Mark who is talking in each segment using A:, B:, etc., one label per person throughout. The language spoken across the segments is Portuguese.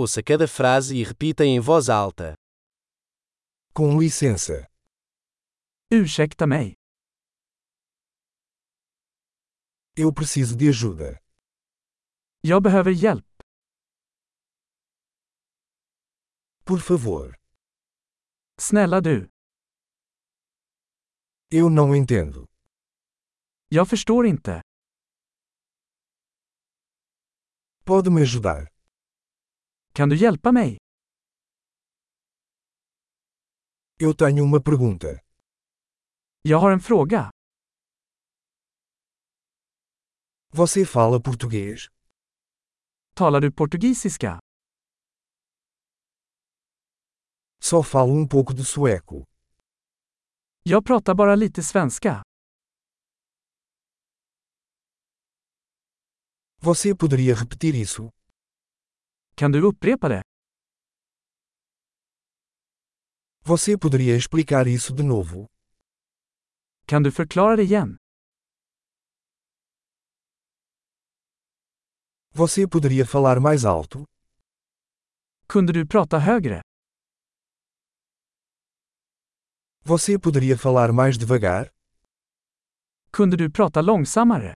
A: Ouça cada frase e repita em voz alta.
B: Com licença.
C: Ursäkta mig.
B: Eu preciso de ajuda.
C: Jag behöver hjälp.
B: Por favor.
C: Snälla du.
B: Eu não entendo.
C: Jag förstår inte.
B: Pode me ajudar?
C: Kan du hjälpa mig?
B: Eu tenho uma pergunta.
C: Jag har en fråga.
B: Você fala português?
C: Talar du portugisiska?
B: Só falo um pouco de sueco.
C: Jag pratar bara lite svenska.
B: Você poderia repetir isso?
C: Kan du upprepa det?
B: Você poderia explicar isso de novo?
C: Kan du förklara det igen?
B: Você poderia falar mais alto?
C: Kunde du prata högre?
B: Você poderia falar mais devagar?
C: Kunde du prata långsammare?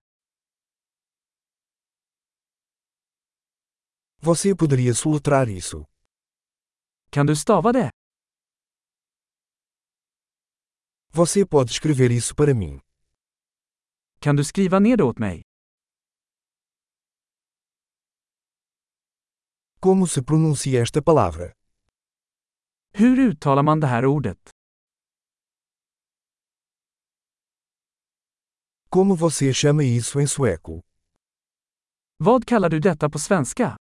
B: Você poderia soletrar isso?
C: Kan du stava det?
B: Você pode escrever isso para mim?
C: Kan du skriva ner det åt mig?
B: Como se pronuncia esta palavra?
C: Hur uttalar man det här ordet?
B: Como você chama isso em sueco?
C: Vad kallar du detta på svenska?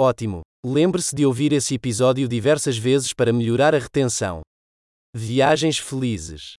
A: Ótimo! Lembre-se de ouvir esse episódio diversas vezes para melhorar a retenção. Viagens felizes!